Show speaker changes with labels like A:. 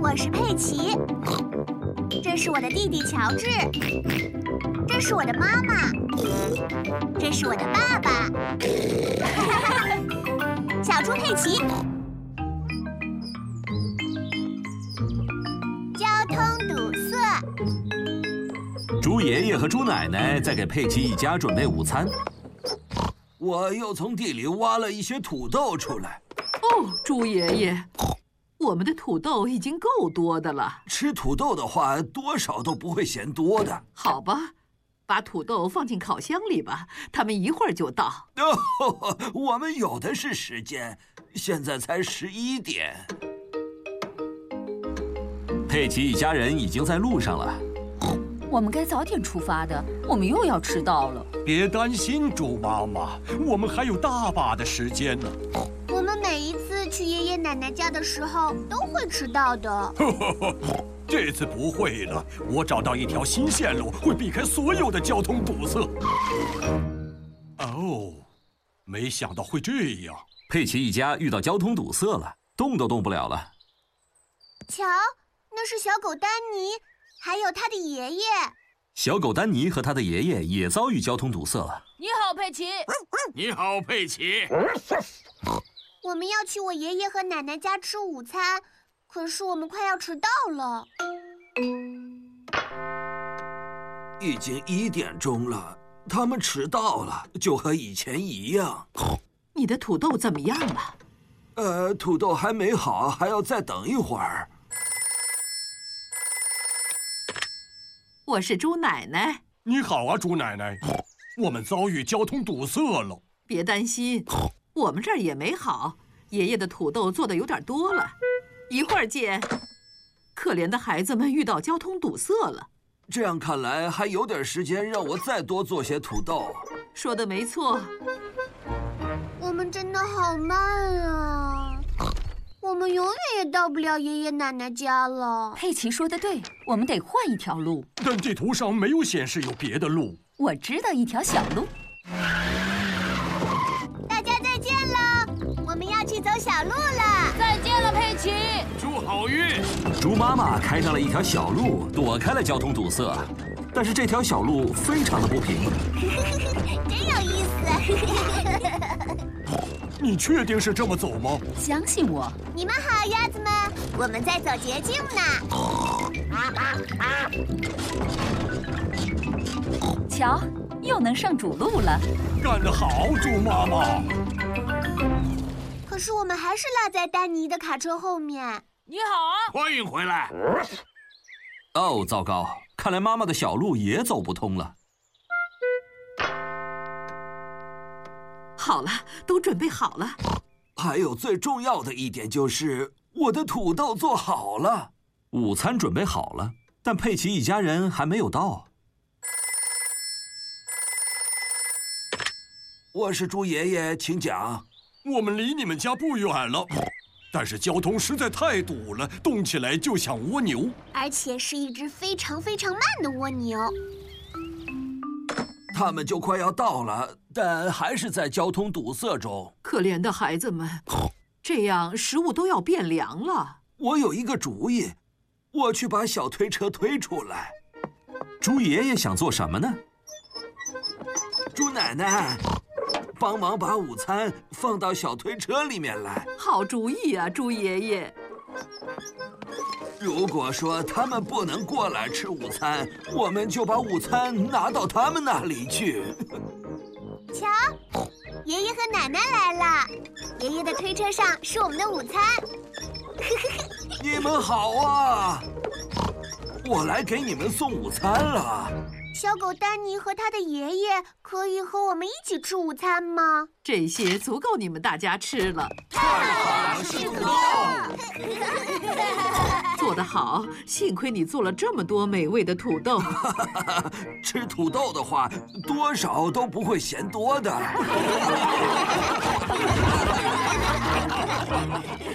A: 我是佩奇，这是我的弟弟乔治，这是我的妈妈，这是我的爸爸。 小猪佩奇，交通堵塞。
B: 猪爷爷和猪奶奶在给佩奇一家准备午餐。我又从地里挖了一些土豆出来，
C: 哦，猪爷爷，我们的土豆已经够多的了，
B: 吃土豆的话，多少都不会嫌多的。
C: 好吧，把土豆放进烤箱里吧，它们一会儿就到。
B: 哦，我们有的是时间，现在才十一点。佩奇一家人已经在路上了。
D: 我们该早点出发的，我们又要迟到了。
E: 别担心，猪妈妈，我们还有大把的时间呢。
A: 我们每一次去爷爷奶奶家的时候都会迟到的。
E: 这次不会了，我找到一条新线路，会避开所有的交通堵塞。哦，没想到会这样。
B: 佩奇一家遇到交通堵塞了，动都动不了了。
A: 瞧，那是小狗丹尼，还有他的爷爷。
B: 小狗丹尼和他的爷爷也遭遇交通堵塞了。
D: 你好，佩奇。
F: 你好，佩奇。
A: 我们要去我爷爷和奶奶家吃午餐，可是我们快要迟到了。
G: 已经一点钟了，他们迟到了，就和以前一样。
C: 你的土豆怎么样了？
G: 呃，土豆还没好，还要再等一会儿。
C: 我是猪奶奶，
E: 你好啊，猪奶奶，我们遭遇交通堵塞了。
C: 别担心，我们这儿也没好。爷爷的土豆做的有点多了，一会儿见。可怜的孩子们遇到交通堵塞了，
G: 这样看来，还有点时间让我再多做些土豆。
C: 说的没错。
A: 我们真的好慢啊！我们永远也到不了爷爷奶奶家了。
D: 佩奇说的对，我们得换一条路。
E: 但地图上没有显示有别的路。
D: 我知道一条小路，
A: 大家再见喽！我们要去走小路了。
D: 再见了，佩奇。
F: 祝好运。
B: 猪妈妈开上了一条小路，躲开了交通堵塞，但是这条小路非常的不平。
A: 真有意思。
E: 你确定是这么走吗？
D: 相信我，
A: 你们好，鸭子们，我们在走捷径呢。
D: 瞧，又能上主路了。
E: 干得好，猪妈妈。
A: 可是我们还是落在丹尼的卡车后面。
D: 你好啊，
F: 欢迎回来。
B: 哦，糟糕！看来妈妈的小路也走不通了。
C: 好了，都准备好了。
G: 还有最重要的一点就是，我的土豆做好了。
B: 午餐准备好了，但佩奇一家人还没有到。
G: 我是猪爷爷，请讲。
E: 我们离你们家不远了，但是交通实在太堵了，动起来就像蜗牛。
A: 而且是一只非常非常慢的蜗牛。
G: 他们就快要到了，但还是在交通堵塞中。
C: 可怜的孩子们，这样食物都要变凉了。
G: 我有一个主意，我去把小推车推出来。
B: 猪爷爷想做什么呢？
G: 猪奶奶，帮忙把午餐放到小推车里面来。
C: 好主意啊，猪爷爷！
G: 如果说他们不能过来吃午餐，我们就把午餐拿到他们那里去。
A: 瞧，爷爷和奶奶来了。爷爷的推车上是我们的午餐。
G: 你们好啊，我来给你们送午餐了。
A: 小狗丹尼和他的爷爷可以和我们一起吃午餐吗？
C: 这些足够你们大家吃了，
G: 是
C: 做得好，幸亏你做了这么多美味的土豆。
G: 吃土豆的话，多少都不会嫌多的。